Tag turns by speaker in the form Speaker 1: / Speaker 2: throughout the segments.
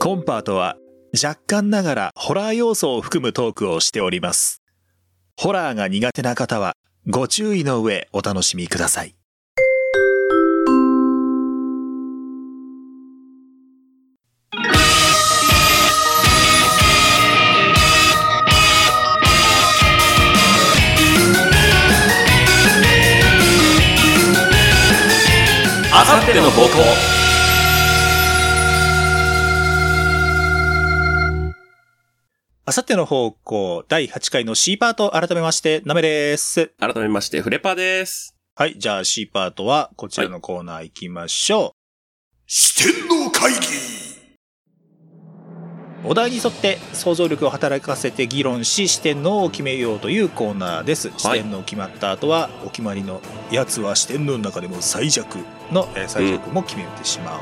Speaker 1: コンパートは若干ながらホラー要素を含むトークをしております。ホラーが苦手な方はご注意の上お楽しみください。
Speaker 2: あさっての方向
Speaker 1: あさっての方向第8回の C パート改めましてなめです
Speaker 2: 改めましてフレパです
Speaker 1: はいじゃあ C パートはこちらのコーナー行きましょう、はい、
Speaker 3: 四天王会議
Speaker 1: お題に沿って想像力を働かせて議論し四天王を決めようというコーナーです。四天王決まった後は、お決まりのやつは四天王の中でも最弱の、えー、最弱も決めてしま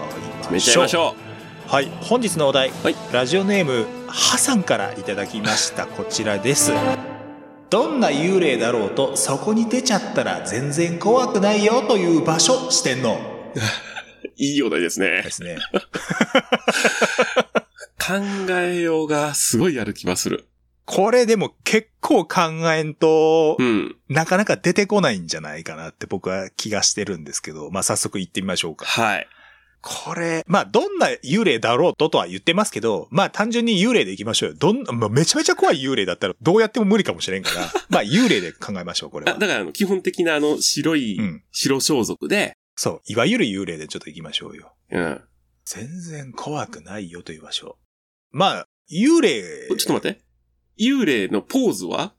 Speaker 1: いましょう。うん、ょうはい、本日のお題、はい、ラジオネームハさんからいただきました。こちらです。どんな幽霊だろうとそこに出ちゃったら全然怖くないよという場所四天王。
Speaker 2: いいお題ですね。
Speaker 1: です ね。
Speaker 2: 考えようがすごいやる気はする。
Speaker 1: これでも結構考えんと、
Speaker 2: うん、
Speaker 1: なかなか出てこないんじゃないかなって僕は気がしてるんですけど、まあ早速行ってみましょうか。
Speaker 2: はい。
Speaker 1: これ、まあどんな幽霊だろうととは言ってますけど、まあ単純に幽霊で行きましょうよ。どん、まあ、めちゃめちゃ怖い幽霊だったらどうやっても無理かもしれんから、 まあ幽霊で考えましょう、これは。
Speaker 2: だから基本的なあの白い、うん、白装束で。
Speaker 1: そう、いわゆる幽霊でちょっと行きましょうよ。
Speaker 2: うん。
Speaker 1: 全然怖くないよという場所。まあ、幽霊。
Speaker 2: ちょっと待って。幽霊のポーズは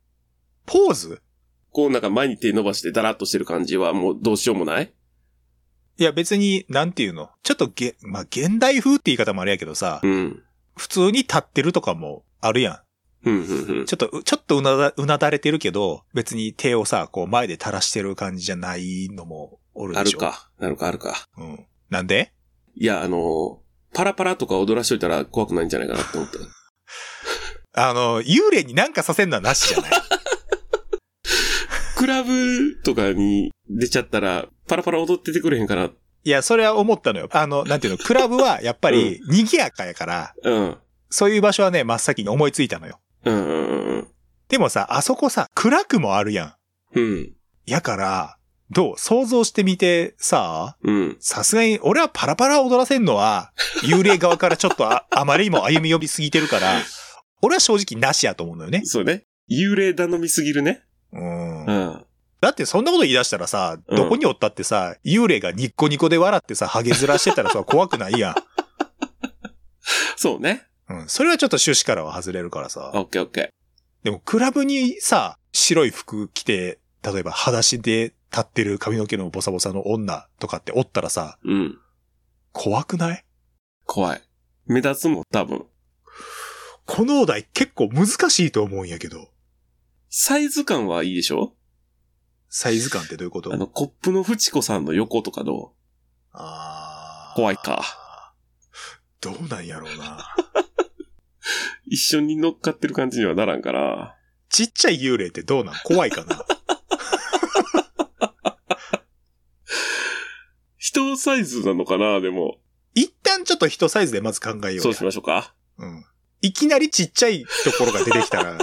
Speaker 1: ポーズ
Speaker 2: こうなんか前に手伸ばしてダラッとしてる感じはもうどうしようもない
Speaker 1: いや別に、なんていうのちょっとげ、まあ現代風って言い方もあれやけどさ、
Speaker 2: うん、
Speaker 1: 普通に立ってるとかもあるや
Speaker 2: ん。うんうんうん、
Speaker 1: ちょっと、ちょっとうなだ、うなだれてるけど、別に手をさ、こう前で垂らしてる感じじゃないのもおるでしょ。
Speaker 2: あるか。なるか、あるか。
Speaker 1: うん。なんで
Speaker 2: いや、あの、パラパラとか踊らしといたら怖くないんじゃないかなって思った。
Speaker 1: あの、幽霊になんかさせんのはなしじ ゃない
Speaker 2: クラブとかに出ちゃったら、パラパラ踊っててくれへんかない
Speaker 1: や、それは思ったのよ。あの、なんていうの、クラブはやっぱり賑やかやから、
Speaker 2: うん、
Speaker 1: そういう場所はね、真っ先に思いついたのよ。
Speaker 2: うん。
Speaker 1: でもさ、あそこさ、暗くもあるや
Speaker 2: ん。うん。
Speaker 1: やから、どう想像してみてさ、
Speaker 2: うん。
Speaker 1: さすがに、俺はパラパラ踊らせんのは、幽霊側からちょっとああまりにも歩み寄りすぎてるから、俺は正直なしやと思うのよね。
Speaker 2: そうね。幽霊頼みすぎるね。
Speaker 1: うん。
Speaker 2: うん。
Speaker 1: だってそんなこと言い出したらさ、どこにおったってさ、うん、幽霊がニッコニコで笑ってさ、ハゲずらしてたらさ、怖くないやん。
Speaker 2: そうね。
Speaker 1: うん。それはちょっと趣旨からは外れるからさ。
Speaker 2: オッケーオッケー。
Speaker 1: でも、クラブにさ、白い服着て、例えば裸足で立ってる髪の毛のボサボサの女とかっておったらさ、
Speaker 2: うん。
Speaker 1: 怖くない
Speaker 2: 怖い。目立つもん、多分。
Speaker 1: このお題結構難しいと思うんやけど。
Speaker 2: サイズ感はいいでしょ
Speaker 1: サイズ感ってどういうこと
Speaker 2: あの、コップのフチコさんの横とかどう
Speaker 1: あ
Speaker 2: 怖いか。
Speaker 1: どうなんやろうな。
Speaker 2: 一緒に乗っかってる感じにはならんから。
Speaker 1: ちっちゃい幽霊ってどうなん怖いか な
Speaker 2: 人サイズなのかな、でも。
Speaker 1: 一旦ちょっと人サイズでまず考えよう。
Speaker 2: そうしましょうか。
Speaker 1: うん。いきなりちっちゃいところが出てきた ら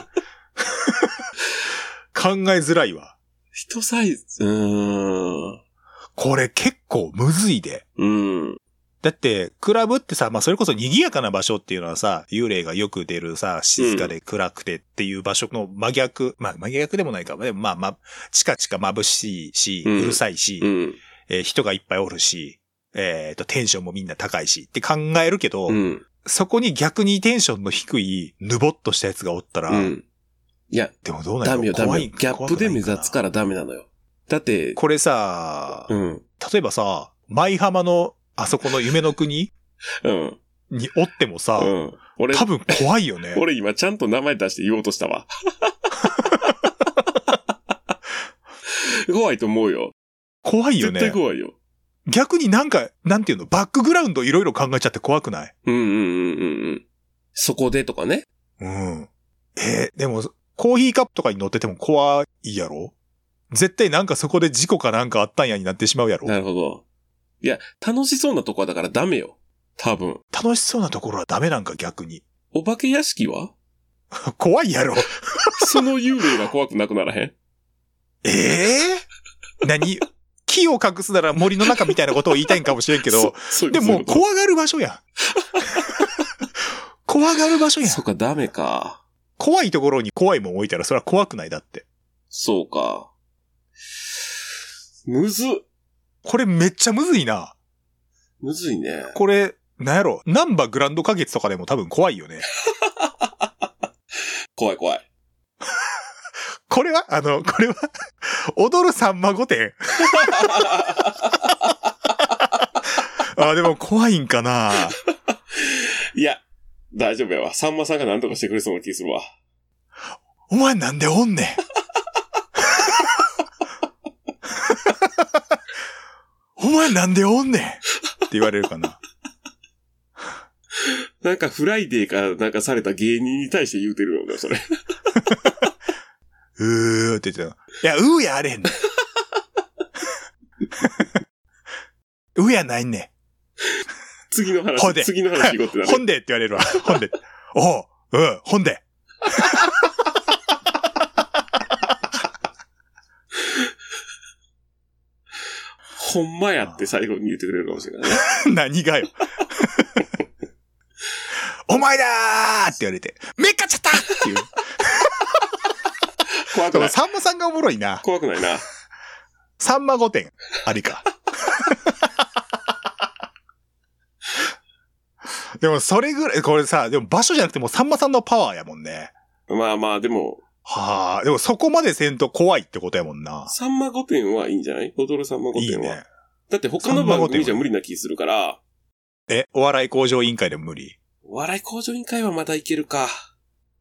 Speaker 1: 考えづらいわ。
Speaker 2: 人サイズ、うーん。
Speaker 1: これ結構むずいで。
Speaker 2: うん。
Speaker 1: だって、クラブってさ、まあ、それこそ賑やかな場所っていうのはさ、幽霊がよく出るさ、静かで暗くてっていう場所の真逆、まあ、真逆でもないか、でもまあまあ、チカチカ眩しいし、うん、うるさいし、
Speaker 2: うん
Speaker 1: えー、人がいっぱいおるし、えっ、ー、と、テンションもみんな高いしって考えるけど、
Speaker 2: うん、、
Speaker 1: そこに逆にテンションの低い、ぬぼっとしたやつがおったら、うん
Speaker 2: いや、
Speaker 1: でもどうな
Speaker 2: るダメよ、ダメよ。ギャップで目立つからダメなのよ。だって、
Speaker 1: これさ、
Speaker 2: うん、
Speaker 1: 例えばさ、舞浜のあそこの夢の国
Speaker 2: うん。
Speaker 1: におってもさ、
Speaker 2: うん、
Speaker 1: 俺多分怖いよね。
Speaker 2: 俺今ちゃんと名前出して言おうとし たわ。怖いと思うよ。
Speaker 1: 怖いよね。
Speaker 2: 絶対怖いよ。
Speaker 1: 逆になんか、なんていうの、バックグラウンドいろいろ考えちゃって怖くない
Speaker 2: うんうんうんうん。そこでとかね。
Speaker 1: うん。えー、でも、コーヒーカップとかに乗ってても怖いやろ絶対なんかそこで事故かなんかあったんやになってしまうやろ
Speaker 2: なるほど。いや、楽しそうなとこはだからダメよ。多分。
Speaker 1: 楽しそうなところはダメなんか逆に。
Speaker 2: お化け屋敷は
Speaker 1: 怖いやろ。
Speaker 2: その幽霊が怖くなくならへん
Speaker 1: え え何木を隠すなら森の中みたいなことを言いたいんかもしれんけど、、
Speaker 2: そそういう
Speaker 1: で
Speaker 2: こと
Speaker 1: も怖がる場所やん。 怖がる場所やん。
Speaker 2: そうか、ダメか。
Speaker 1: 怖いところに怖いもん置いたらそれは怖くないだって。
Speaker 2: そうか。むず、
Speaker 1: これめっちゃむずいな。
Speaker 2: むずいね。
Speaker 1: これ、なんやろ。ナンバグランド花月とかでも多分怖いよね。
Speaker 2: 怖い怖い。
Speaker 1: これは、あの、これは、踊るさんま御殿。あ、でも怖いんかない
Speaker 2: や、大丈夫やわ。さんまさんが何とかしてくれそうな気するわ。
Speaker 1: お前なんでおんねん。お前なんでおんねんって言われるかな。
Speaker 2: なんかフライデーかなんかされた芸人に対して言うてるよな、それ。
Speaker 1: うーって言ってた。いや、うーやあれへんねん。うーやないね
Speaker 2: 次の
Speaker 1: ほで
Speaker 2: 話、次の話行こうって
Speaker 1: ん。
Speaker 2: な
Speaker 1: ほん
Speaker 2: る。
Speaker 1: でって言われるわ。ほんで。おう、うん、ほんで。
Speaker 2: ほんまやって最後に言ってくれるかもしれないね。
Speaker 1: 何がよ。お前だーって言われて、めっかっちゃったっていう。
Speaker 2: 怖
Speaker 1: で
Speaker 2: くな
Speaker 1: も
Speaker 2: い。
Speaker 1: さんまさんがおもろいな。
Speaker 2: 怖くないな。
Speaker 1: さんま御殿。ありか。 でもそれぐらい、これさ、でも場所じゃなくてもうさんまさんのパワーやもんね。
Speaker 2: まあまあ、でも、
Speaker 1: はあ、でもそこまでせんと怖いってことやもんな。
Speaker 2: さんま御殿はいいんじゃない踊るさんま御
Speaker 1: いい
Speaker 2: 殿は。
Speaker 1: ね。
Speaker 2: だって他の番組じゃ無理な気するから、
Speaker 1: え、お笑い工場委員会でも無理。
Speaker 2: お笑い工場委員会はまだいけるか。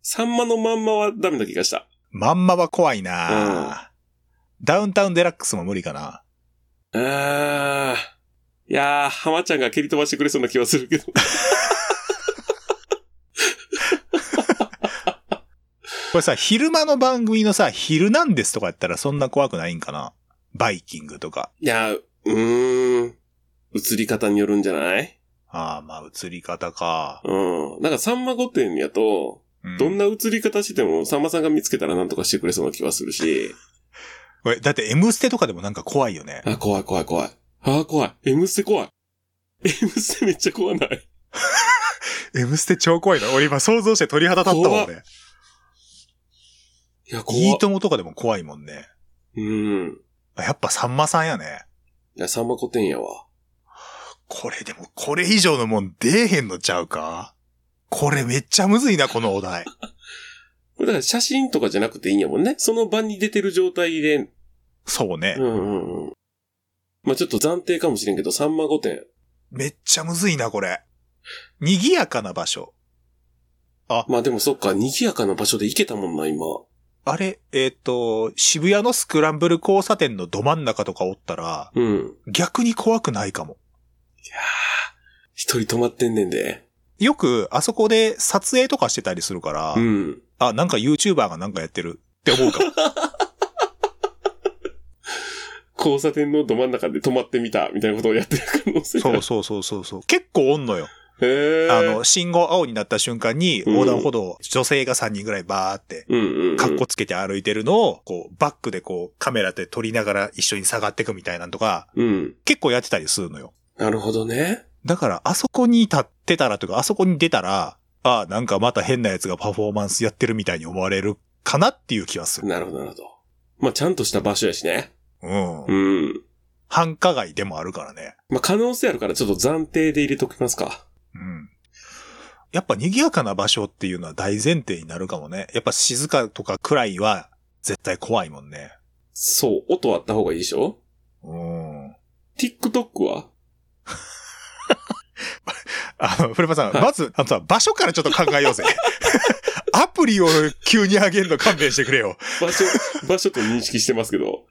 Speaker 2: さんまのまんまはダメな気がした。
Speaker 1: まんまは怖いな、ダウンタウンデラックスも無理かな。
Speaker 2: うーん。いやー、浜ちゃんが蹴り飛ばしてくれそうな気はするけど。
Speaker 1: これさ、昼間の番組のさ、昼なんですとかやったらそんな怖くないんかな。バイキングとか。
Speaker 2: いやー、うーん。映り方によるんじゃない
Speaker 1: ああ、まあ、映り方か。
Speaker 2: うん。なんか、さんま御殿やと、
Speaker 1: うん
Speaker 2: どんな映り方してても、さんまさんが見つけたら何とかしてくれそうな気はするし、
Speaker 1: これだって M ステとかでもなんか怖いよね。
Speaker 2: あ、怖い怖い怖い。あ、怖い。M ステ怖い。M ステめっちゃ怖ない。
Speaker 1: M ステ超怖いの。俺今想像して鳥肌立ったもんね。
Speaker 2: いや、怖い。
Speaker 1: いいともとかでも怖いもんね。
Speaker 2: うん。
Speaker 1: やっぱさんまさんやね。
Speaker 2: いや、さんま御殿やわ。
Speaker 1: これでも、これ以上のもん出えへんのちゃうかこれめっちゃむずいな、このお題。
Speaker 2: これだから写真とかじゃなくていいんやもんね。その場に出てる状態で、
Speaker 1: そうね。
Speaker 2: うんうんうん。まあちょっと暫定かもしれんけど、さんま御殿。
Speaker 1: めっちゃむずいな、これ。賑やかな場所。
Speaker 2: まあでもそっか、賑やかな場所で行けたもんな、今。
Speaker 1: あれ、えっ、と、渋谷のスクランブル交差点のど真ん中とかおったら、
Speaker 2: うん。
Speaker 1: 逆に怖くないかも。
Speaker 2: 一人止まってんねんで。
Speaker 1: よく、あそこで撮影とかしてたりするから、
Speaker 2: うん。
Speaker 1: あ、なんか YouTuber がなんかやってるって思うかも。
Speaker 2: 交差点のど真ん中で止まってみた、みたいなことをやってる可能性が
Speaker 1: そ うそうそうそうそう。結構おんのよ。
Speaker 2: へー
Speaker 1: あの、信号青になった瞬間に、
Speaker 2: うん
Speaker 1: 横断歩道、女性が3人ぐらいバーって、
Speaker 2: うんうんうん。
Speaker 1: カッコつけて歩いてるのを、こう、バックでこう、カメラで撮りながら一緒に下がってくみたいなのとか、
Speaker 2: うん。
Speaker 1: 結構やってたりするのよ。
Speaker 2: なるほどね。
Speaker 1: だから、あそこに立ってたらというか、あそこに出たら、ああ、なんかまた変なやつがパフォーマンスやってるみたいに思われるかなっていう気はする。
Speaker 2: なるほど、なるほど。まあちゃんとした場所やしね。
Speaker 1: うん。
Speaker 2: うん。
Speaker 1: 繁華街でもあるからね。
Speaker 2: まあ可能性あるからちょっと暫定で入れときますか。
Speaker 1: うん。やっぱ賑やかな場所っていうのは大前提になるかもね。やっぱ静かとかくらいは絶対怖いもんね。
Speaker 2: そう、音あった方がいいでしょ
Speaker 1: うん。
Speaker 2: ?TikTok は
Speaker 1: あの、フレパさん、
Speaker 2: はい
Speaker 1: まず、あのさ、場所からちょっと考えよう ぜ。アプリを急に上げるの勘弁してくれよ。
Speaker 2: 場所、場所と認識してますけど。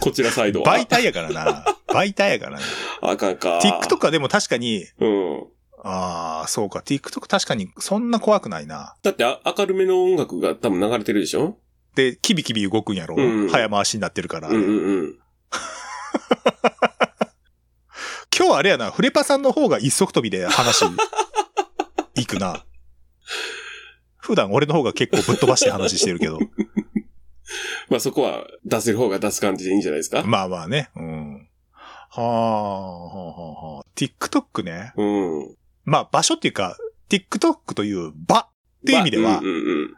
Speaker 2: こちらサイドは。
Speaker 1: 媒体やからな。媒体やからな。
Speaker 2: あかんか。
Speaker 1: TikTok はでも確かに、
Speaker 2: うん。
Speaker 1: ああ、そうか。TikTok 確かにそんな怖くないな。
Speaker 2: だってあ明るめの音楽が多分流れてるでしょ
Speaker 1: で、キビキビ動くんやろ。
Speaker 2: うん
Speaker 1: 早回しになってるから。
Speaker 2: うんうんうん。
Speaker 1: 今日あれやな、フレパさんの方が一足飛びで 話、いくな。普段俺の方が結構ぶっ飛ばして話してる けど。
Speaker 2: まあそこは出せる方が出す感じでいいんじゃないですか。
Speaker 1: まあまあね。うん。はあ、はあ、はあはあ。TikTok ね。
Speaker 2: うん。っ
Speaker 1: まあ場所っていうか、TikTok という場っていう意味では
Speaker 2: うん、うんうん。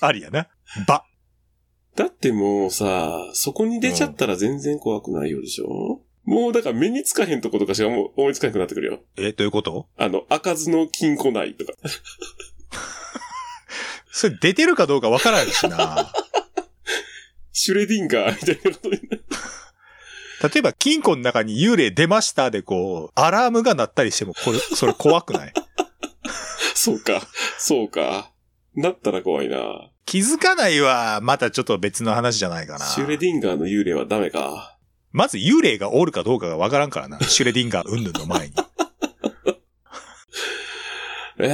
Speaker 1: ありやな。場。
Speaker 2: だってもうさ、そこに出ちゃったら全然怖くないようでしょ、もうだから目につかへんとことかしかもう思いつかなくなってくるよ。
Speaker 1: え、どういうこと
Speaker 2: あの、開かずの金庫内とか。
Speaker 1: それ出てるかどうかわからんしな。
Speaker 2: シュレディンガーみたいなことになる。
Speaker 1: 例えば金庫の中に幽霊出ましたでこう、アラームが鳴ったりしても、これ、それ怖く ない
Speaker 2: そうか。そうか。なったら怖いな。
Speaker 1: 気づかないは、またちょっと別の話じゃないかな。
Speaker 2: シュレディンガーの幽霊はダメか。
Speaker 1: まず幽霊がおるかどうかがわからんからな。シュレディンガー云々の前に。
Speaker 2: え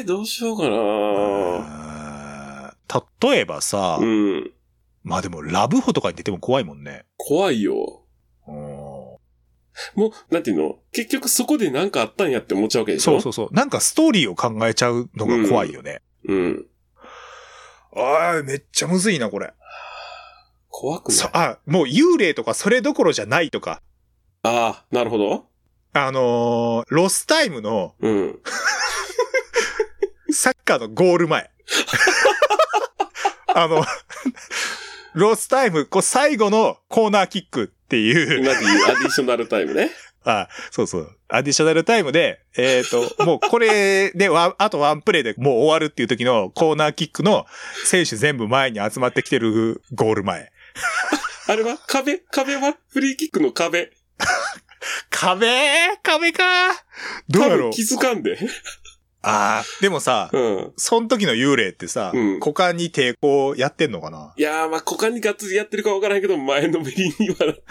Speaker 2: えー、どうしようかな。
Speaker 1: あー例えばさ、
Speaker 2: うん。
Speaker 1: まあでもラブホとかに出ても怖いもんね。
Speaker 2: 怖いよ。
Speaker 1: うん
Speaker 2: もう、なんていうの結局そこでなんかあったんやって思っちゃうわけでし
Speaker 1: そ
Speaker 2: ょ
Speaker 1: うそうそう。なんかストーリーを考えちゃうのが怖いよね。
Speaker 2: う。うん。
Speaker 1: ああ、めっちゃむずいな、これ。
Speaker 2: 怖くな
Speaker 1: そ
Speaker 2: い。
Speaker 1: あ、もう幽霊とかそれどころじゃないとか、
Speaker 2: ああ、なるほど。
Speaker 1: あのーロスタイムの
Speaker 2: うん。
Speaker 1: サッカーのゴール 前。あの、ロスタイム、こう最後のコーナーキックっていう、
Speaker 2: なんていうアディショナルタイム ね。
Speaker 1: あ、そうそう。アディショナルタイムで、えっ、と、もうこれでワン、あとワンプレイでもう終わるっていう時のコーナーキックの選手全部前に集まってきてるゴール前。
Speaker 2: あれは壁壁はフリーキックの壁。
Speaker 1: 壁壁かどう
Speaker 2: 多
Speaker 1: やろう
Speaker 2: 分気づかんで。
Speaker 1: ああ、でもさ、
Speaker 2: うん。
Speaker 1: その時の幽霊ってさ、
Speaker 2: うん
Speaker 1: 股間に抵抗やってんのかない
Speaker 2: やー、まあ、股間にガッツリやってるかわからんけど、前のめりには なってる。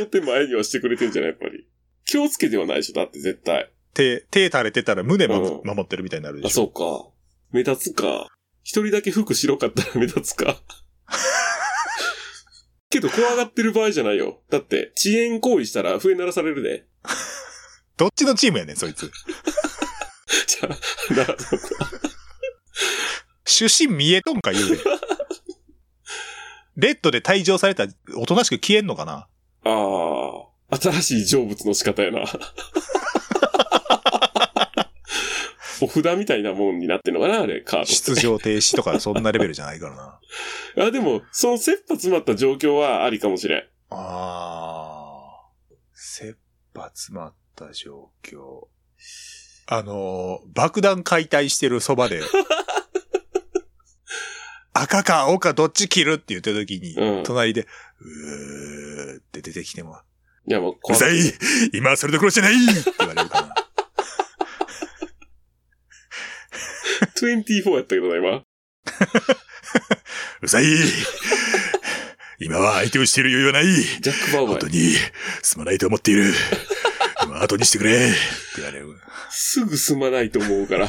Speaker 2: 両手前にはしてくれてんじゃないやっぱり。気をつけてはないでしょだって絶対。
Speaker 1: 手、手垂れてたら胸守
Speaker 2: うん
Speaker 1: 守ってるみたいになるで
Speaker 2: あ、
Speaker 1: しょ。
Speaker 2: そうか。目立つか。一人だけ服白かったら目 立つか。けど怖がってる場合じゃないよ。だって、遅延行為したら笛鳴らされるで。
Speaker 1: どっちのチームやねん、そいつ。
Speaker 2: じゃあ、な
Speaker 1: 主審見えとんか、 幽霊。レッドで退場されたら、おとなしく消えんのかな
Speaker 2: ああ、新しい成仏の仕方やな。 お札みたいなもんになってんのかなあれ、カー
Speaker 1: 出場停止とかそんなレベルじゃないからな。
Speaker 2: ド。あ、でも、その切羽詰まった状況はありかもしれん。
Speaker 1: あー。切羽詰まった状況。あのー爆弾解体してるそば で、赤か青かどっち切るって言った時に、
Speaker 2: うん
Speaker 1: 隣で、うーって出てきても、
Speaker 2: いや、もう、
Speaker 1: うる
Speaker 2: 怖
Speaker 1: さ
Speaker 2: い。
Speaker 1: い今はそれどころじゃないって言われるかな。
Speaker 2: 24やったけどな、今。
Speaker 1: うるさい今は相手をしている余裕はない
Speaker 2: ジャック・バウ
Speaker 1: 本
Speaker 2: バ
Speaker 1: 当
Speaker 2: ー。
Speaker 1: にすまないと思っている。今後にしてくれって言われる。
Speaker 2: すぐ済まないと思うから。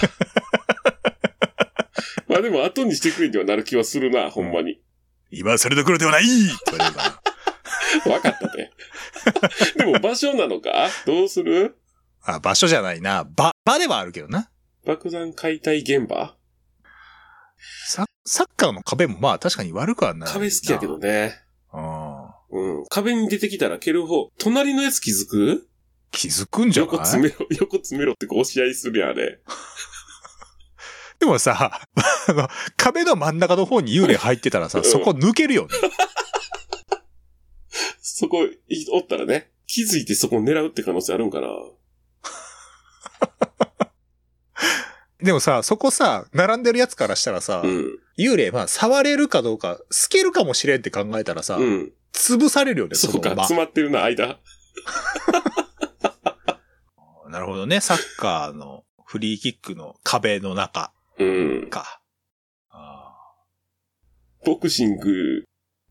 Speaker 2: まあでも、後にしてくれにはなる気はするな、ほんまに。
Speaker 1: 今はそれどころではないって言われるか
Speaker 2: わかっ たね。でも、場所なのかどうする
Speaker 1: な。 あ、場所じゃないな。場、場ではあるけどな。
Speaker 2: 爆弾解体現場
Speaker 1: ササッカーの壁もまあ確かに悪くはないな。
Speaker 2: 壁好きやけどね。
Speaker 1: うん。
Speaker 2: うん。壁に出てきたら蹴る方。隣のやつ気づく
Speaker 1: 気づくんじゃ
Speaker 2: 横
Speaker 1: ない
Speaker 2: 詰めろ、 横詰めろってこう押し合いするやん、あれ。
Speaker 1: でもさ、 あの、壁の真ん中の方に幽霊入ってたら
Speaker 2: う
Speaker 1: さ、
Speaker 2: ん
Speaker 1: そこ抜けるよね。
Speaker 2: そこ、いおったらね、気づいてそこを狙うって可能性あるんかな
Speaker 1: でもさ、そこさ、並んでるやつからしたらさ、
Speaker 2: うん。
Speaker 1: 幽霊、まあ、触れるかどうか、透けるかもしれんって考えたらさ、
Speaker 2: うん。
Speaker 1: 潰されるよね、そ
Speaker 2: そう
Speaker 1: の
Speaker 2: か、
Speaker 1: 場。
Speaker 2: 詰まってるな、間。
Speaker 1: なるほどね。サッカーのフリーキックの壁の中
Speaker 2: うん。
Speaker 1: か。あ
Speaker 2: ボクシング、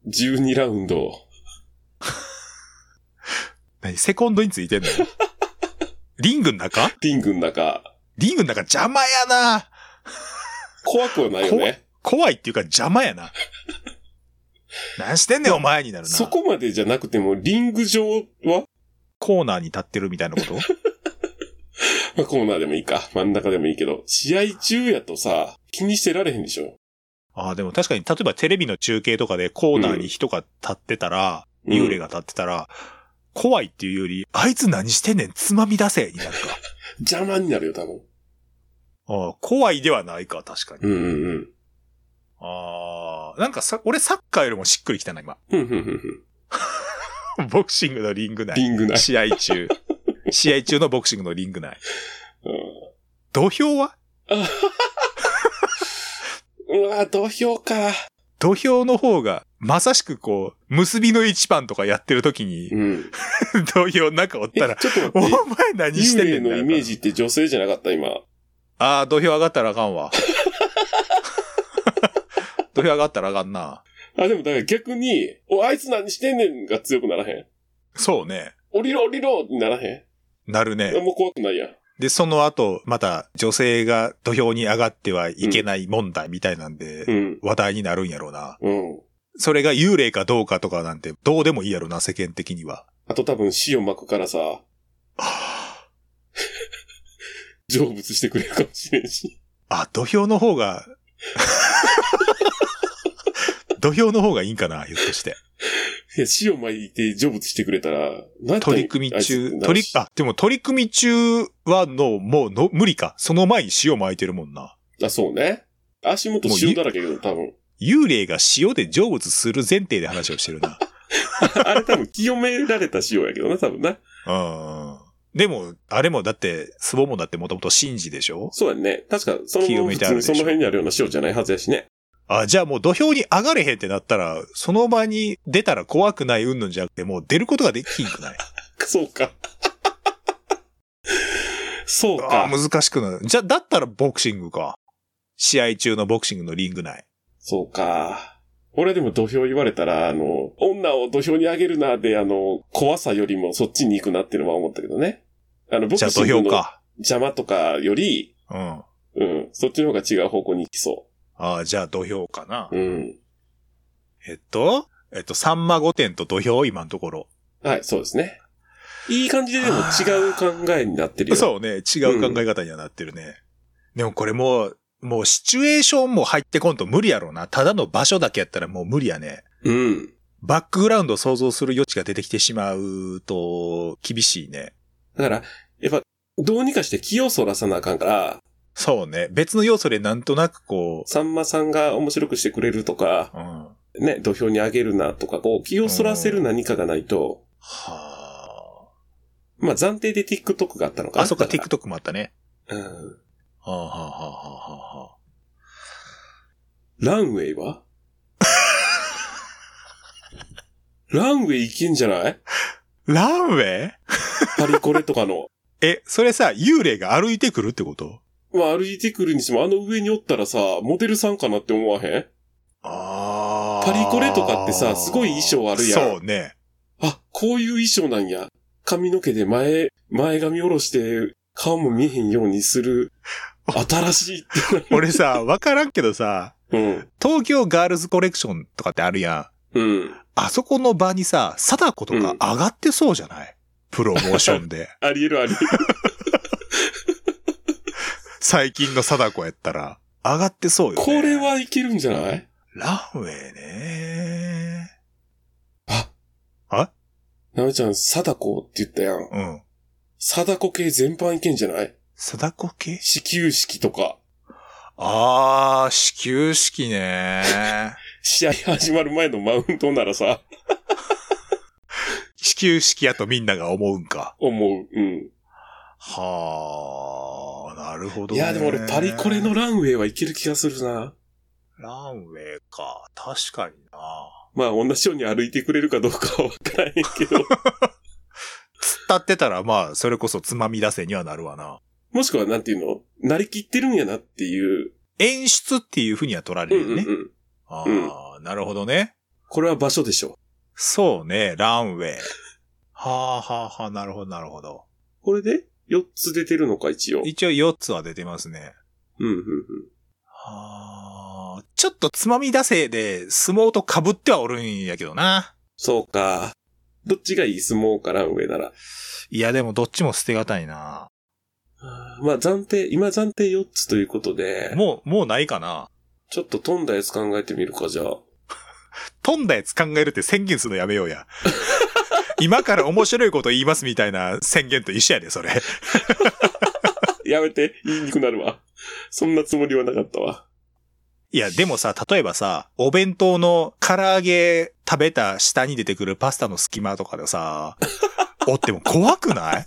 Speaker 2: 12ラウンド。
Speaker 1: ー何セコンドについ てんのリングの中
Speaker 2: リングの中。
Speaker 1: リングの中邪魔やな。
Speaker 2: 怖くはないよね。
Speaker 1: 怖いっていうか邪魔やな。何してんねんお前になるな。
Speaker 2: そこまでじゃなくても、リング上は
Speaker 1: コーナーに立ってるみたいなこと
Speaker 2: まあコーナーでもいいか。真ん中でもいいけど、試合中やとさ、気にしてられへんでしょ。
Speaker 1: ああ、でも確かに、例えばテレビの中継とかでコーナーに人が立ってたら、
Speaker 2: うん
Speaker 1: 幽霊が立ってたら、怖いっていうより、あいつ何してんねん、つまみ出せになるか。
Speaker 2: 邪魔になるよ、多分。
Speaker 1: ああ、怖いではないか、確かに。
Speaker 2: うんうんうん。
Speaker 1: ああ、なんかさ、俺サッカーよりもしっくりきたな、今。
Speaker 2: うんうんうんうん。
Speaker 1: ボクシングのリング内。
Speaker 2: リング内。
Speaker 1: 試合中。試合中のボクシングのリング内。
Speaker 2: う
Speaker 1: 土俵は
Speaker 2: ん、うわ、土俵か。
Speaker 1: 土俵の方が、まさしくこう、結びの一番とかやってる時に
Speaker 2: う、ん。
Speaker 1: 土俵の中おっ
Speaker 2: え、ち
Speaker 1: た
Speaker 2: ょっ
Speaker 1: ら、
Speaker 2: と
Speaker 1: お
Speaker 2: 待って。
Speaker 1: 前何し
Speaker 2: 幽
Speaker 1: て
Speaker 2: 霊
Speaker 1: んねん
Speaker 2: のイメージって女性じゃなかった、今。
Speaker 1: ああ、土俵上がったらあかん わ。土俵上がったらあかんな。
Speaker 2: あ、でもだから逆に、お、あいつ何してんねんが強くならへん。
Speaker 1: そうね。
Speaker 2: 降りろ降りろにならへ
Speaker 1: なる
Speaker 2: ん。
Speaker 1: ね。
Speaker 2: もう怖くないやん。
Speaker 1: で、その後、また女性が土俵に上がってはいけない問題みたいなん
Speaker 2: う
Speaker 1: で、
Speaker 2: ん。
Speaker 1: 話題になるんやろうな。
Speaker 2: うん。
Speaker 1: それが幽霊かどうかとかなんて、どうでもいいやろな、世間的には。
Speaker 2: あと多分死を巻くからさ、成仏してくれるかもしれんし。
Speaker 1: あ、土俵の方 が、土俵の方がいいんかな、ひょっとして。
Speaker 2: いや、死を巻いて成仏してくれたら、何
Speaker 1: 取り組み中、取り、あ、でも取り組み中はの、もうの、無理か。その前に塩巻いてるもんな。
Speaker 2: あ、そうね。足元塩だらけやけど、多分。
Speaker 1: 幽霊が塩で成仏する前提で話をしてるな。
Speaker 2: あれ多分清められた塩やけどな、多分な。
Speaker 1: うん。でも、あれもだって、スボもだってもともと神事でしょ
Speaker 2: そうやね。確か、その、
Speaker 1: 清め
Speaker 2: 普
Speaker 1: てある
Speaker 2: 通
Speaker 1: で
Speaker 2: に
Speaker 1: し
Speaker 2: そ
Speaker 1: ょ
Speaker 2: の辺にあるような塩じゃないはずやしね。
Speaker 1: あ、じゃあもう土俵に上がれへんってなったら、その場に出たら怖くないうんぬんじゃなくて、もう出ることができんくない
Speaker 2: そう か。そう
Speaker 1: あ
Speaker 2: か。
Speaker 1: 難しくなる。じゃあ、だったらボクシングか。試合中のボクシングのリング内。
Speaker 2: そうか。俺でも土俵言われたら、あの、女を土俵に上げるなで、あの、怖さよりもそっちに行くなっていうのは思ったけどね。あの、ボク
Speaker 1: じゃあ
Speaker 2: シ
Speaker 1: 土
Speaker 2: ング
Speaker 1: 俵
Speaker 2: の
Speaker 1: か。
Speaker 2: 邪魔とかより、
Speaker 1: うん。
Speaker 2: うん、そっちの方が違う方向に行きそ
Speaker 1: あじゃあ土俵かな
Speaker 2: う。。うん。
Speaker 1: えっと、えっと、サンマ御殿と土俵、今のところ。
Speaker 2: はい、そうですね。いい感じででも違う考えになってるよ。
Speaker 1: そうね、違う考え方にはなってるね。でもこれもう、もうシチュエーションも入ってこんと無理やろうな。ただの場所だけやったらもう無理やね。
Speaker 2: う。うん。
Speaker 1: バックグラウンドを想像する余地が出てきてしまうと、厳しいね。
Speaker 2: だから、やっぱ、どうにかして気をそらさなあかんから、
Speaker 1: そうね。別の要素でなんとなくこ
Speaker 2: さんまさんが面白くしてくれるとか、
Speaker 1: う、うん。は
Speaker 2: ね、土俵に上げるなとか、こう、気をそらせる何かがないと、
Speaker 1: あ。
Speaker 2: まあ、暫定で TikTok があったのかな。
Speaker 1: あ、そっか、
Speaker 2: だら
Speaker 1: TikTok もあったね。
Speaker 2: うん。
Speaker 1: はあ、はあはあはあはあ、
Speaker 2: ランウェイ はランウェイいけんじゃない
Speaker 1: ランウェイ
Speaker 2: パリコレとかの。
Speaker 1: え、それさ、幽霊が歩いてくるってこと
Speaker 2: まあ、歩いてくるにしても、あの上におったらさ、モデルさんかなって思わへん
Speaker 1: あ
Speaker 2: パリコレとかってさすごい衣装あるやん
Speaker 1: そうね。
Speaker 2: あ、こういう衣装なんや。髪の毛で前、前髪下ろして、顔も見えへんようにする、新しいって な
Speaker 1: 俺さ、わからんけどさ、
Speaker 2: うん。
Speaker 1: 東京ガールズコレクションとかってあるやん。
Speaker 2: うん。
Speaker 1: あそこの場にさ、貞子とか上がってそうじゃない、プロモーションで。
Speaker 2: ありえるありえる。
Speaker 1: 最近の貞子やったら、上がってそうよ、ね。
Speaker 2: これはいけるんじゃない
Speaker 1: ランウェイね。
Speaker 2: なめちゃん、貞子って言ったやん。
Speaker 1: うん。
Speaker 2: 貞子系全般いけんじゃない
Speaker 1: 貞子系
Speaker 2: 始球式とか、
Speaker 1: あー、始球式ね。
Speaker 2: 試合始まる前のマウントならさ、
Speaker 1: 始球式やとみんなが思うんか。
Speaker 2: 思う。うん。
Speaker 1: はー、なるほど、
Speaker 2: い
Speaker 1: ね。
Speaker 2: や、でも俺、パリコレのランウェイはいける気がするな。
Speaker 1: ランウェイか。確かにな。
Speaker 2: まあ、同じように歩いてくれるかどうかはわからへん けど。
Speaker 1: 突っ立ってたら、まあ、それこそつまみ出せにはなるわな。
Speaker 2: もしくは、なんていうのなりきってるんやなっていう。
Speaker 1: 演出っていうふうには取ら
Speaker 2: う
Speaker 1: れ
Speaker 2: ん
Speaker 1: るよね。
Speaker 2: うんうん。
Speaker 1: あ
Speaker 2: うん
Speaker 1: あ、なるほどね。
Speaker 2: これは場所でしょ。
Speaker 1: そうね、ランウェイ。はあはあはあ、なるほど、なるほど。
Speaker 2: これで、4つ出てるのか、一応。
Speaker 1: 一応4つは出てますね。
Speaker 2: うんうんうん。
Speaker 1: はあ、ちょっとつまみ出せで相撲と被ってはおるんやけどな。
Speaker 2: そうか。どっちがいい相撲から上なら。
Speaker 1: いや、でもどっちも捨てがたいな。
Speaker 2: まあ暫定、今暫定4つということで、
Speaker 1: もう、もうないかな。
Speaker 2: ちょっと飛んだやつ考えてみるか、じゃあ。
Speaker 1: 飛んだやつ考えるって宣言するのやめよ うや。今から面白いこと言いますみたいな宣言と一緒やで、それ。
Speaker 2: やめて、言いにくなるわ。そんなつもりはなかったわ。
Speaker 1: いや、でもさ、例えばさ、お弁当の唐揚げ食べた下に出てくるパスタの隙間とかでさ、おっても怖くない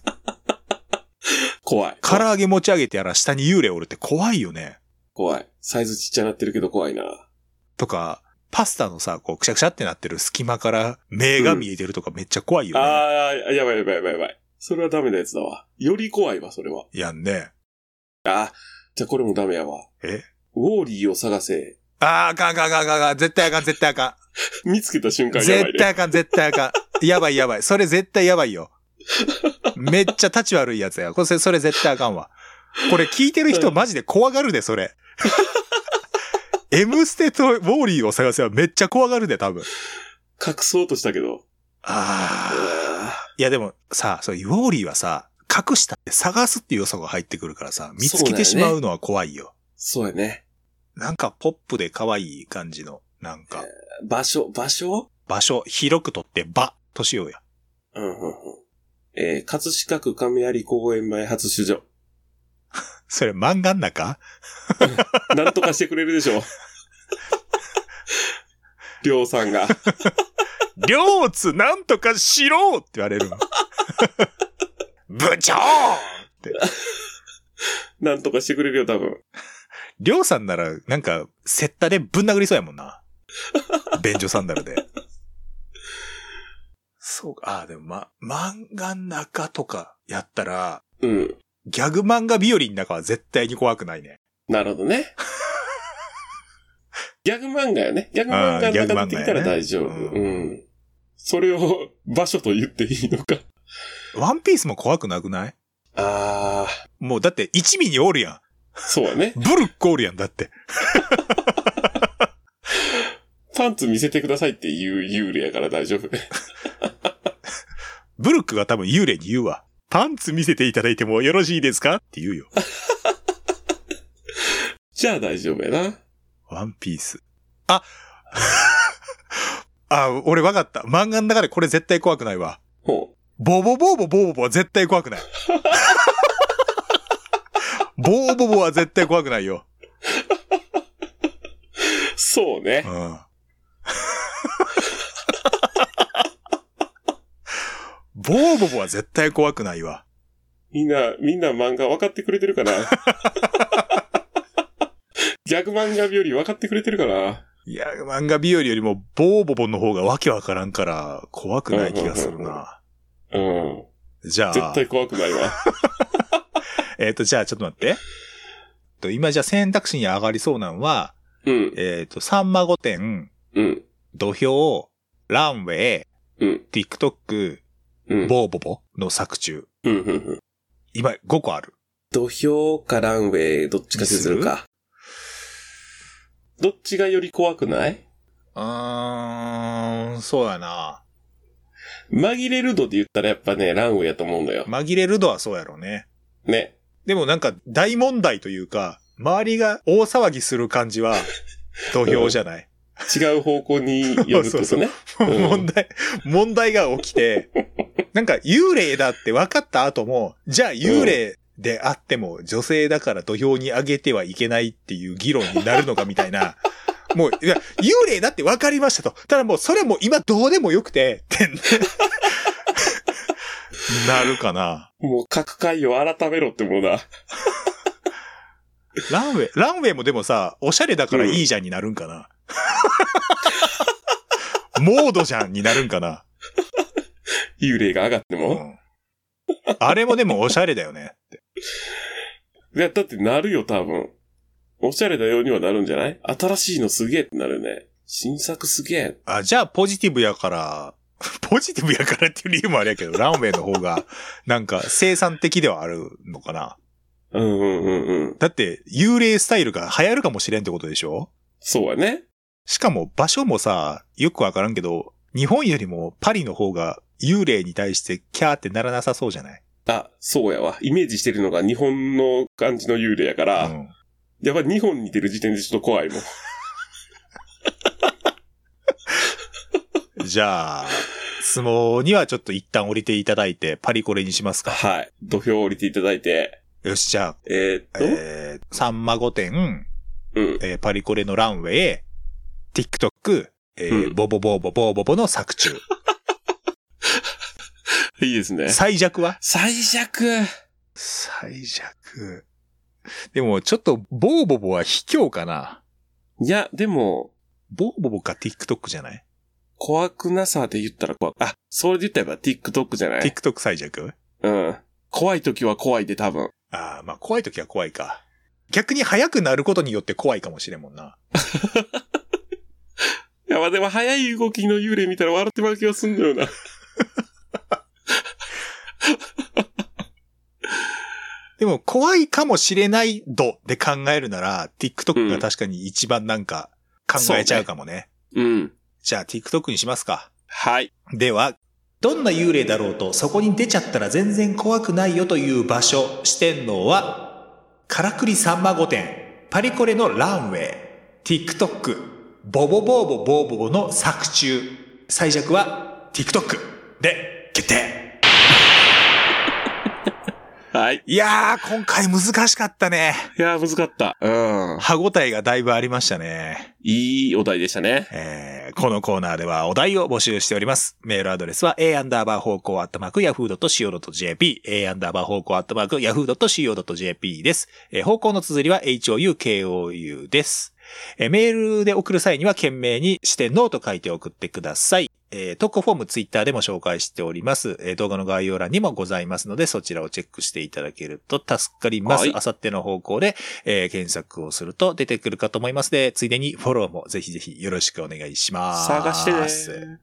Speaker 2: 怖い。
Speaker 1: 唐揚げ持ち上げてやら下に幽霊おるって怖いよね。
Speaker 2: 怖い。サイズちっちゃなってるけど怖いな。
Speaker 1: とか、パスタのさ、こう、くしゃくしゃってなってる隙間から目が見えてるとかめっちゃ怖いよね。
Speaker 2: あー、やばいやばいやばいやばい。それはダメなやつだわ。より怖いわ、それは。
Speaker 1: やんね。
Speaker 2: あー、じゃあこれもダメやわ。
Speaker 1: え
Speaker 2: ウォーリーを探せ。
Speaker 1: あー、あかんあかんあかんあかんあかん。絶対あかん、絶対あか
Speaker 2: 見つけた瞬
Speaker 1: ん。
Speaker 2: 間やば
Speaker 1: 絶
Speaker 2: いね。
Speaker 1: 対あかん、絶対あかん。やばいやばい。それ絶対やばいよ。めっちゃ立ち悪いやつや。これ、それ絶対あかんわ。これ聞いてる人マジで怖がるで、それ。M ステとウォーリーを探せはめっちゃ怖がるで、多分。
Speaker 2: 隠そうとしたけど。
Speaker 1: ああ。いやでもさ、そう、ウォーリーはさ、隠したって探すっていう要素が入ってくるからさ、見つけてしまうのは怖いよ。
Speaker 2: そうやね。
Speaker 1: なんかポップで可愛い感じの、なんか、
Speaker 2: 場所、場所
Speaker 1: 場所、広くとって場としようや。
Speaker 2: うんうんうん。えー、葛飾区亀有公園前発 出場。
Speaker 1: それ漫画ん中
Speaker 2: なんとかしてくれるでし ょ。りょうさんが。
Speaker 1: 両津なんとかしろって言われるの。部長って。
Speaker 2: なんとかしてくれるよ、多分。
Speaker 1: りょうさんなら、なんか、セッタでぶん殴りそうやもんな。便所サンダルで。そうか、ああ、でもま、漫画の中とかやったら、
Speaker 2: うん。
Speaker 1: ギャグ漫画日和の中は絶対に怖くないね。
Speaker 2: なるほどね。ギャグ漫画よね。ギャグ漫
Speaker 1: あ
Speaker 2: 画
Speaker 1: ーギャ
Speaker 2: の
Speaker 1: グ漫画やね
Speaker 2: 中でできたら大丈夫。
Speaker 1: うん
Speaker 2: うん。それを場所と言っていいのか。
Speaker 1: ワンピースも怖くなくない
Speaker 2: ああ、
Speaker 1: もうだって一味におるや
Speaker 2: そうやね
Speaker 1: ん。。ブルックおるやん、だって。
Speaker 2: パンツ見せてくださいっていう幽霊やから大丈夫。
Speaker 1: ブルックが多分幽霊に言うわ。パンツ見せていただいてもよろしいですかって言うよ。
Speaker 2: じゃあ大丈夫やな。
Speaker 1: ワンピース。あ あ、俺わかった。漫画の中でこれ絶対怖くないわ。
Speaker 2: ほ
Speaker 1: ボボボーボボーボボは絶対怖くない。 ボーボボは絶対怖くないよ。
Speaker 2: う。そう
Speaker 1: う
Speaker 2: ね。
Speaker 1: ん。 ボーボボは絶対怖くないわ。
Speaker 2: みんな、みんな漫画分かってくれて るかなギャグ漫画日より分かってくれてるかない
Speaker 1: や、漫画日和よりもボーボボの方がわけわからんから怖くない気がする
Speaker 2: うんうんうん
Speaker 1: な。
Speaker 2: うん。
Speaker 1: じゃ
Speaker 2: 絶
Speaker 1: あ、
Speaker 2: 対怖くないわ。
Speaker 1: えっ、と、じゃあちょっと待って。と今じゃあ選択肢に上がりそうなんは、
Speaker 2: うん。
Speaker 1: えっ、と、さんま御殿、
Speaker 2: うん。
Speaker 1: 土俵、ランウェイ、
Speaker 2: うん。
Speaker 1: TikTok、
Speaker 2: うん。
Speaker 1: ボーボボの作中。
Speaker 2: うん。うんうん。
Speaker 1: 今、5個ある。
Speaker 2: 土俵かランウェイ、どっちかにするか。どっちがより怖くないう
Speaker 1: ーん、そうやな。
Speaker 2: 紛れる度で言ったらやっぱね、ランウェイやと思うんだよ。
Speaker 1: 紛れるのはそうやろうね。
Speaker 2: ね。
Speaker 1: でもなんか、大問題というか、周りが大騒ぎする感じは、土俵じゃない。
Speaker 2: 違う方向に よる
Speaker 1: そ
Speaker 2: ってこと
Speaker 1: うそ
Speaker 2: ね。ん
Speaker 1: 問題、問題が起きて、なんか幽霊だって分かった後も、じゃあ幽霊であっても女性だから土俵に上げてはいけないっていう議論になるのかみたい な。もう、いや、幽霊だって分かりましたと。ただもうそれはもう今どうでもよくて、ってなるかな。
Speaker 2: もう、各回を改めろってもん な。
Speaker 1: ランウェイ、ランウェイもでもさ、おしゃれだからいいじゃんになるんかな。 モードじゃんになるんかな。
Speaker 2: 幽霊が上がって
Speaker 1: う
Speaker 2: も。
Speaker 1: んあれもでもおしゃれだよね。
Speaker 2: いや、だってなるよ、多分。おしゃれだようにはなるんじゃない新しいのすげえってなるね。新作すげえ。
Speaker 1: あ、じゃあポジティブやから、 ポジティブやからっていう理由もあれやけど、ランウェイの方が、なんか生産的ではあるのかな。
Speaker 2: うんうんうんうん。
Speaker 1: だって、幽霊スタイルが流行るかもしれんってことでしょ
Speaker 2: そうやね。
Speaker 1: しかも場所もさ、よくわからんけど、日本よりもパリの方が幽霊に対してキャーってならなさそうじゃない
Speaker 2: あ、そうやわ。イメージしてるのが日本の感じの幽霊やから、
Speaker 1: うん
Speaker 2: やっぱ日本に出る時点でちょっと怖いもん。
Speaker 1: じゃあ、相撲にはちょっと一旦降りていただいて、パリコレにしますか。
Speaker 2: はい。土俵を降りていただいて、
Speaker 1: よし、じゃ
Speaker 2: えーっ
Speaker 1: あ、
Speaker 2: と、
Speaker 1: えー、さんま御殿、
Speaker 2: うん。
Speaker 1: えーパリコレのランウェイ、TikTok、えー
Speaker 2: うん
Speaker 1: ボボボボボボボの作中。
Speaker 2: いいですね。
Speaker 1: 最弱は
Speaker 2: 最弱。
Speaker 1: 最弱。でも、ちょっと、ボーボボは卑怯かな。
Speaker 2: いや、でも、
Speaker 1: ボーボボか TikTok じゃない
Speaker 2: 怖くなさで言ったら怖く。あ、それで言ったらやっぱ TikTok じゃない
Speaker 1: ?TikTok 最弱
Speaker 2: うん。怖い時は怖いで多分。
Speaker 1: ああ、まあ、怖い時は怖いか。逆に速くなることによって怖いかもしれんもんな。
Speaker 2: いや、まあでも早い動きの幽霊見たら笑ってまう気がすんだよな。
Speaker 1: でも、怖いかもしれない度で考えるなら、TikTok が確かに一番なんか考えちゃうかもね。
Speaker 2: うん。
Speaker 1: じゃあ、TikTok にしますか。
Speaker 2: はい。
Speaker 1: では、どんな幽霊だろうと、そこに出ちゃったら全然怖くないよという場所、四天王は、からくりさんま御殿、パリコレのランウェイ、TikTok、ボボボーボボーボボの作中、最弱は TikTok で決定
Speaker 2: はい。
Speaker 1: いやー、今回難しかったね。
Speaker 2: いやー、難かった。うん。
Speaker 1: 歯応えがだいぶありましたね。
Speaker 2: いいお題でしたね。
Speaker 1: えーこのコーナーではお題を募集しております。メールアドレスは a アンダーバー方向アットマーク yahoo.co.jp a アンダーバー方向アットマーク yahoo.co.jp です。えー方向の綴りは houkou です。えーメールで送る際には懸命にしてノーと書いて送ってください。えー投稿フォームツイッターでも紹介しております。えー動画の概要欄にもございますので、そちらをチェックしていただけると助かります。
Speaker 2: はい
Speaker 1: あさっての方向で、えー検索をすると出てくるかと思いますので、ついでにフォローもぜひぜひよろしくお願いします。
Speaker 2: 探してね。。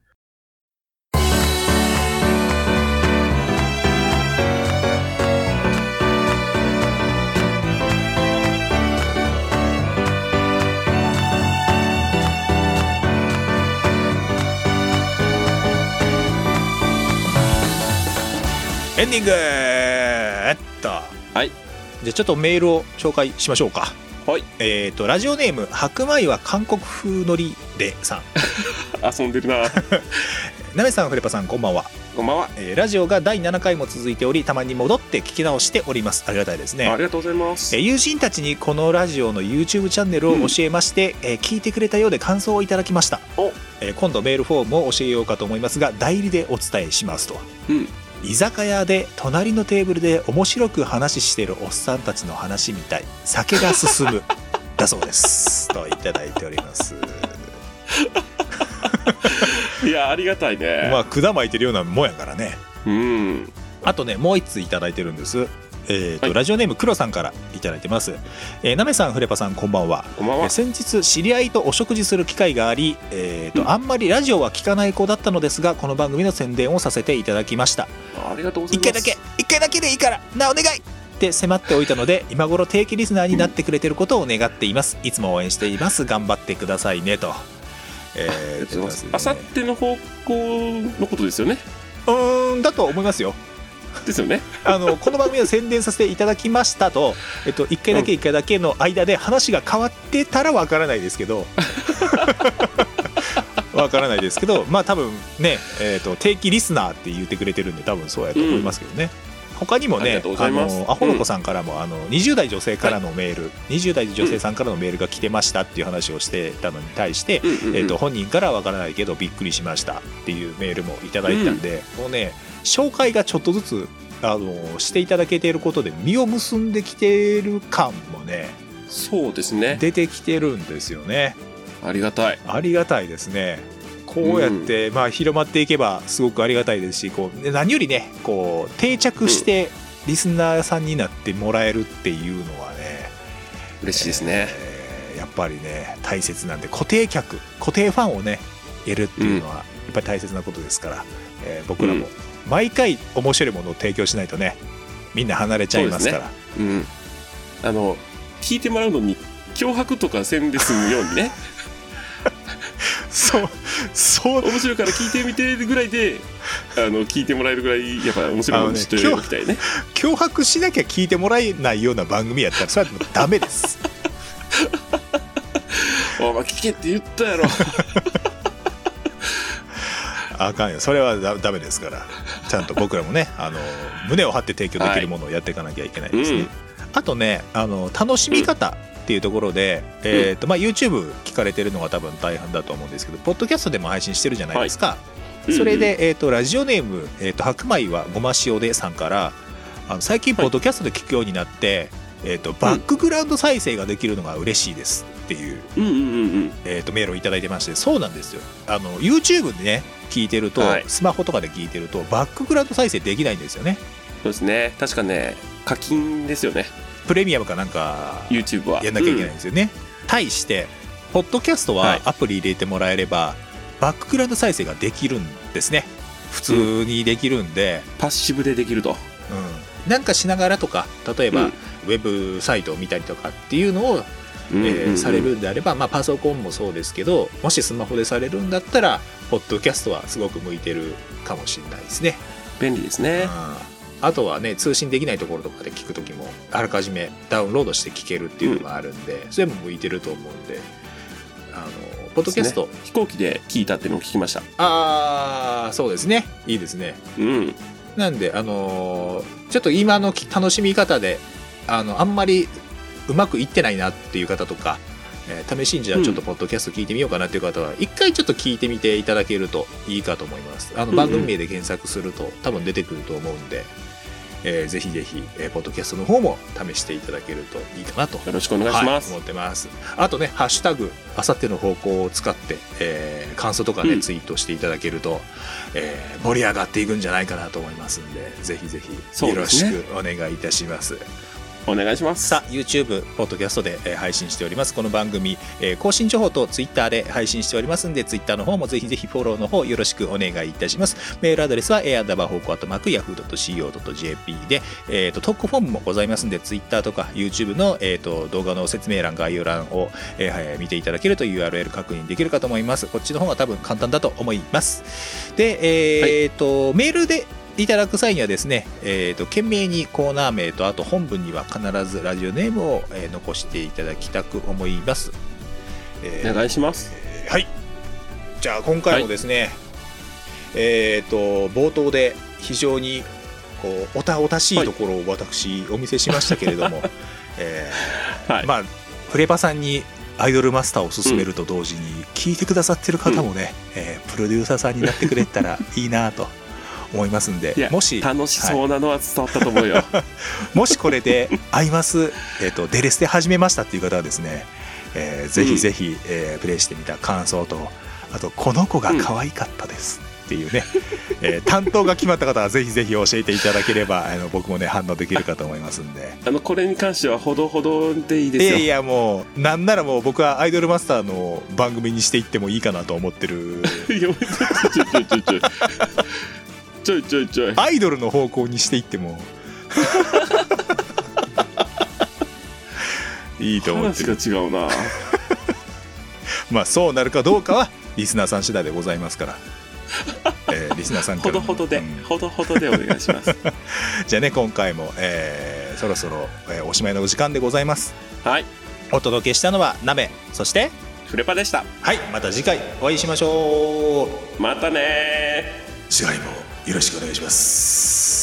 Speaker 1: エンディングえっと。はいじゃあちょっとメールを紹介しましょうか。
Speaker 2: はい。
Speaker 1: えっ、と、ラジオネーム、白米は韓国風のりでさん。
Speaker 2: 遊んでるな。
Speaker 1: なめさん、フレパさん、こんばんは。
Speaker 2: こんばん は。
Speaker 1: えーラジオが第7回も続いておりたまに戻って聞き直しておりますありがたいですね、
Speaker 2: ありがとうございま
Speaker 1: え
Speaker 2: す
Speaker 1: ー。友人たちにこのラジオの YouTube チャンネルを教えまして、えー聞いてくれたようで感想をいただきました
Speaker 2: お、
Speaker 1: えー今度メールフォームを教えようかと思いますが代理でお伝えしますと、
Speaker 2: うん
Speaker 1: 居酒屋で隣のテーブルで面白く話してるおっさんたちの話みたい酒が進 むだそうですといただいております
Speaker 2: いや、ありがたいね。
Speaker 1: まあ管巻いてるようなもんやからね
Speaker 2: うん。
Speaker 1: あとね、もう一通いただいてるんです。えーと
Speaker 2: はい
Speaker 1: ラジオネーム黒さんからいただいてます。えー、なめさん、フレパさん、こんばんは。
Speaker 2: こんばん
Speaker 1: え
Speaker 2: は
Speaker 1: ー。先日知り合いとお食事する機会があり、えーと
Speaker 2: うん
Speaker 1: あんまりラジオは聞かない子だったのですがこの番組の宣伝をさせていただきました
Speaker 2: ありがとうござい
Speaker 1: 一
Speaker 2: ま
Speaker 1: 回だ
Speaker 2: す。
Speaker 1: け一回だけでいいからなあお願いって迫っておいたので今頃定期リスナーになってくれてることを願っていますいつも応援しています頑張ってくださいねと、え
Speaker 2: ありがと
Speaker 1: とい
Speaker 2: うござい
Speaker 1: う
Speaker 2: ま
Speaker 1: こ
Speaker 2: す。あさ
Speaker 1: と
Speaker 2: っ
Speaker 1: でね
Speaker 2: ての方向のことですよね。
Speaker 1: うーんだと思いますよ
Speaker 2: ですよね。
Speaker 1: あのこの番組を宣伝させていただきましたと、えっと、1回だけ1回だけの間で話が変わってたらわからないですけ どわからないですけどまあ多分ね、えっと定期リスナーって言ってくれてるんで多分そうやと思いますけどね。他にも
Speaker 2: あり
Speaker 1: ね
Speaker 2: がとうご、ざ
Speaker 1: あ
Speaker 2: います
Speaker 1: の、アホの子さんからも、あの、20代女性からのメール、20代女性さんからのメールが来てましたっていう話をしてたのに対して、
Speaker 2: うんうんうん
Speaker 1: えー、と本人からはわからないけどびっくりしましたっていうメールもいただいたんで、このね紹介がちょっとずつあのしていただけていることで実を結んできてる感もね
Speaker 2: そうですね。
Speaker 1: 出てきてるんですよね
Speaker 2: ありがたい。
Speaker 1: ありがたいですねこうやって、まあ、広まっていけばすごくありがたいですしこうね何よりねこう定着してリスナーさんになってもらえるっていうのはね、
Speaker 2: 嬉しいですね。
Speaker 1: えーやっぱりね大切なんで固定客固定ファンをね得るっていうのはやっぱり大切なことですから、えー僕らも毎回面白いものを提供しないとねみんな離れちゃいますから
Speaker 2: うん。あの、 聞いてもらうのに、脅迫とかせんで済むようにね。
Speaker 1: そうそう
Speaker 2: 面白いから聞いてみてぐらいで、あの、聞いてもらえるぐらい、やっぱ面白いものにしておきたいね。
Speaker 1: 脅迫しなきゃ聞いてもらえないような番組やったらそれはもうダメです
Speaker 2: お前聞けって言ったやろ。
Speaker 1: あかんよそれはだダメですからちゃんと僕らもねあの胸を張って提供できるものをやっていかなきゃいけないですね、
Speaker 2: うん
Speaker 1: あとねあの楽しみ方っていうところで、えーとまあ、YouTube 聞かれてるのが多分大半だと思うんですけどポッドキャストでも配信してるじゃないですか、
Speaker 2: い
Speaker 1: それで、えー、とラジオネーム、えーと「白米はごま塩で」さんからあの最近ポッドキャストで聞くようになって、えー、とバックグラウンド再生ができるのが嬉しいですっていう
Speaker 2: うんうんうんうん。
Speaker 1: えー、とメールをいただいてましてそうなんですよあの YouTube でね聞いてると、
Speaker 2: はい
Speaker 1: スマホとかで聞いてるとバックグラウンド再生できないんですよね
Speaker 2: そうですね。確かね、課金ですよね。
Speaker 1: プレミアムかなんか
Speaker 2: YouTube は。
Speaker 1: やんなきゃいけないん
Speaker 2: うん
Speaker 1: ですよね、対してポッドキャスト
Speaker 2: は
Speaker 1: はいアプリ入れてもらえれば、バックグラウンド再生ができるんですね普通にできるんで、
Speaker 2: パッシブでできると。
Speaker 1: うん、なんかしながらとか例えば、
Speaker 2: うん
Speaker 1: ウェブサイトを見たりとかっていうのを
Speaker 2: うん
Speaker 1: え
Speaker 2: うんう
Speaker 1: ー
Speaker 2: ん
Speaker 1: され。るんであれば、まあ、パソコンもそうですけどもしスマホでされるんだったらポッドキャストはすごく向いてるかもしれないですね、
Speaker 2: 便利です
Speaker 1: うん
Speaker 2: ね。
Speaker 1: あとはね通信できないところとかで聞く時もあらかじめダウンロードして聞けるっていうのがあるんで、それも向いてると思うんであのポッドキャスト、
Speaker 2: 飛行機で聞いたっていうのを聞きました。
Speaker 1: ああそうですねいいですね
Speaker 2: うん。
Speaker 1: なんであのーちょっと今の楽しみ方であのあんまりうまくいってないなっていう方とか、えー試しにじゃあ
Speaker 2: うん
Speaker 1: ちょっとポッドキャスト聞いてみようかなっていう方は一回ちょっと聞いてみていただけるといいかと思いますあの
Speaker 2: うん
Speaker 1: 番組名で検索すると多分出てくると思うんで、えーぜひぜひ、えーポッドキャストの方も試していただけるといいかなと
Speaker 2: よろしくお願いします。
Speaker 1: はい、思ってますあとね「ハッシュタグあさっての方向」を使って、えー感想とかね、
Speaker 2: うん
Speaker 1: ツイートしていただけると、えー盛り上がっていくんじゃないかなと思いますんでぜひぜひ
Speaker 2: そう
Speaker 1: よろ
Speaker 2: です
Speaker 1: し
Speaker 2: ね
Speaker 1: くお願いいたします
Speaker 2: お願いします。
Speaker 1: さあ YouTube ポッドキャストで、えー配信しておりますこの番組、えー更新情報と Twitter で配信しておりますんで Twitter の方もぜひぜひフォローの方よろしくお願いいたしますメールアドレスは a r d a b a h o k u y a h o o c o j p で、えー、とトークフォームもございますんで Twitter とか YouTube の、えー、と動画の説明欄概要欄を、えーはい見ていただけると URL 確認できるかと思いますこっちの方が多分簡単だと思いますでえーとメールでいただく際にはですね、えー、と懸命にコーナー名とあと本文には必ずラジオネームを、えー残していただきたく思います、えー
Speaker 2: お願いします。
Speaker 1: はいじゃあ今回もですね、えー、と冒頭で非常にこうおたおたしいところを私お見せしましたけれ ども、えー
Speaker 2: はい
Speaker 1: まあフレパさんにアイドルマスターを勧めると同時に聞いてくださってる方もね、えープロデューサーさんになってくれた らいいなと思いますんで
Speaker 2: いや
Speaker 1: もし
Speaker 2: 楽しそうなのは伝わったと思うよ。
Speaker 1: もしこれで「アイマス」えーと「デレス」で始めましたっていう方はですね、えーぜひぜひ、えープレイしてみた感想とあと「この子が可愛かったです」っていうね、えー担当が決まった方はぜひぜひ教えていただければあの僕もね反応できるかと思いますんで。
Speaker 2: あの、これに関してはほどほどでいい
Speaker 1: い
Speaker 2: です
Speaker 1: や
Speaker 2: よ。
Speaker 1: いやもうなんならもう僕はアイドルマスターの番組にしていってもいいかなと思ってる
Speaker 2: いやちょいちょいちょいちょい。ちょいちょいちょい。
Speaker 1: アイドルの方向にしていって もいいと思って
Speaker 2: 話
Speaker 1: る
Speaker 2: が違うな。
Speaker 1: まあそうなるかどうかはリスナーさん次第でございますから、えーリスナーさんか
Speaker 2: ほ
Speaker 1: らの
Speaker 2: どほどで
Speaker 1: う、ん
Speaker 2: ほどほどでお願いします。
Speaker 1: じゃあね今回も、えーそろそろ、えーおしまいのお時間でございます
Speaker 2: はい。
Speaker 1: お届けしたのはナメそして
Speaker 2: フレパでした。
Speaker 1: はいまた次回お会いしましょう
Speaker 2: またねー。
Speaker 1: 次回もよろしくお願いします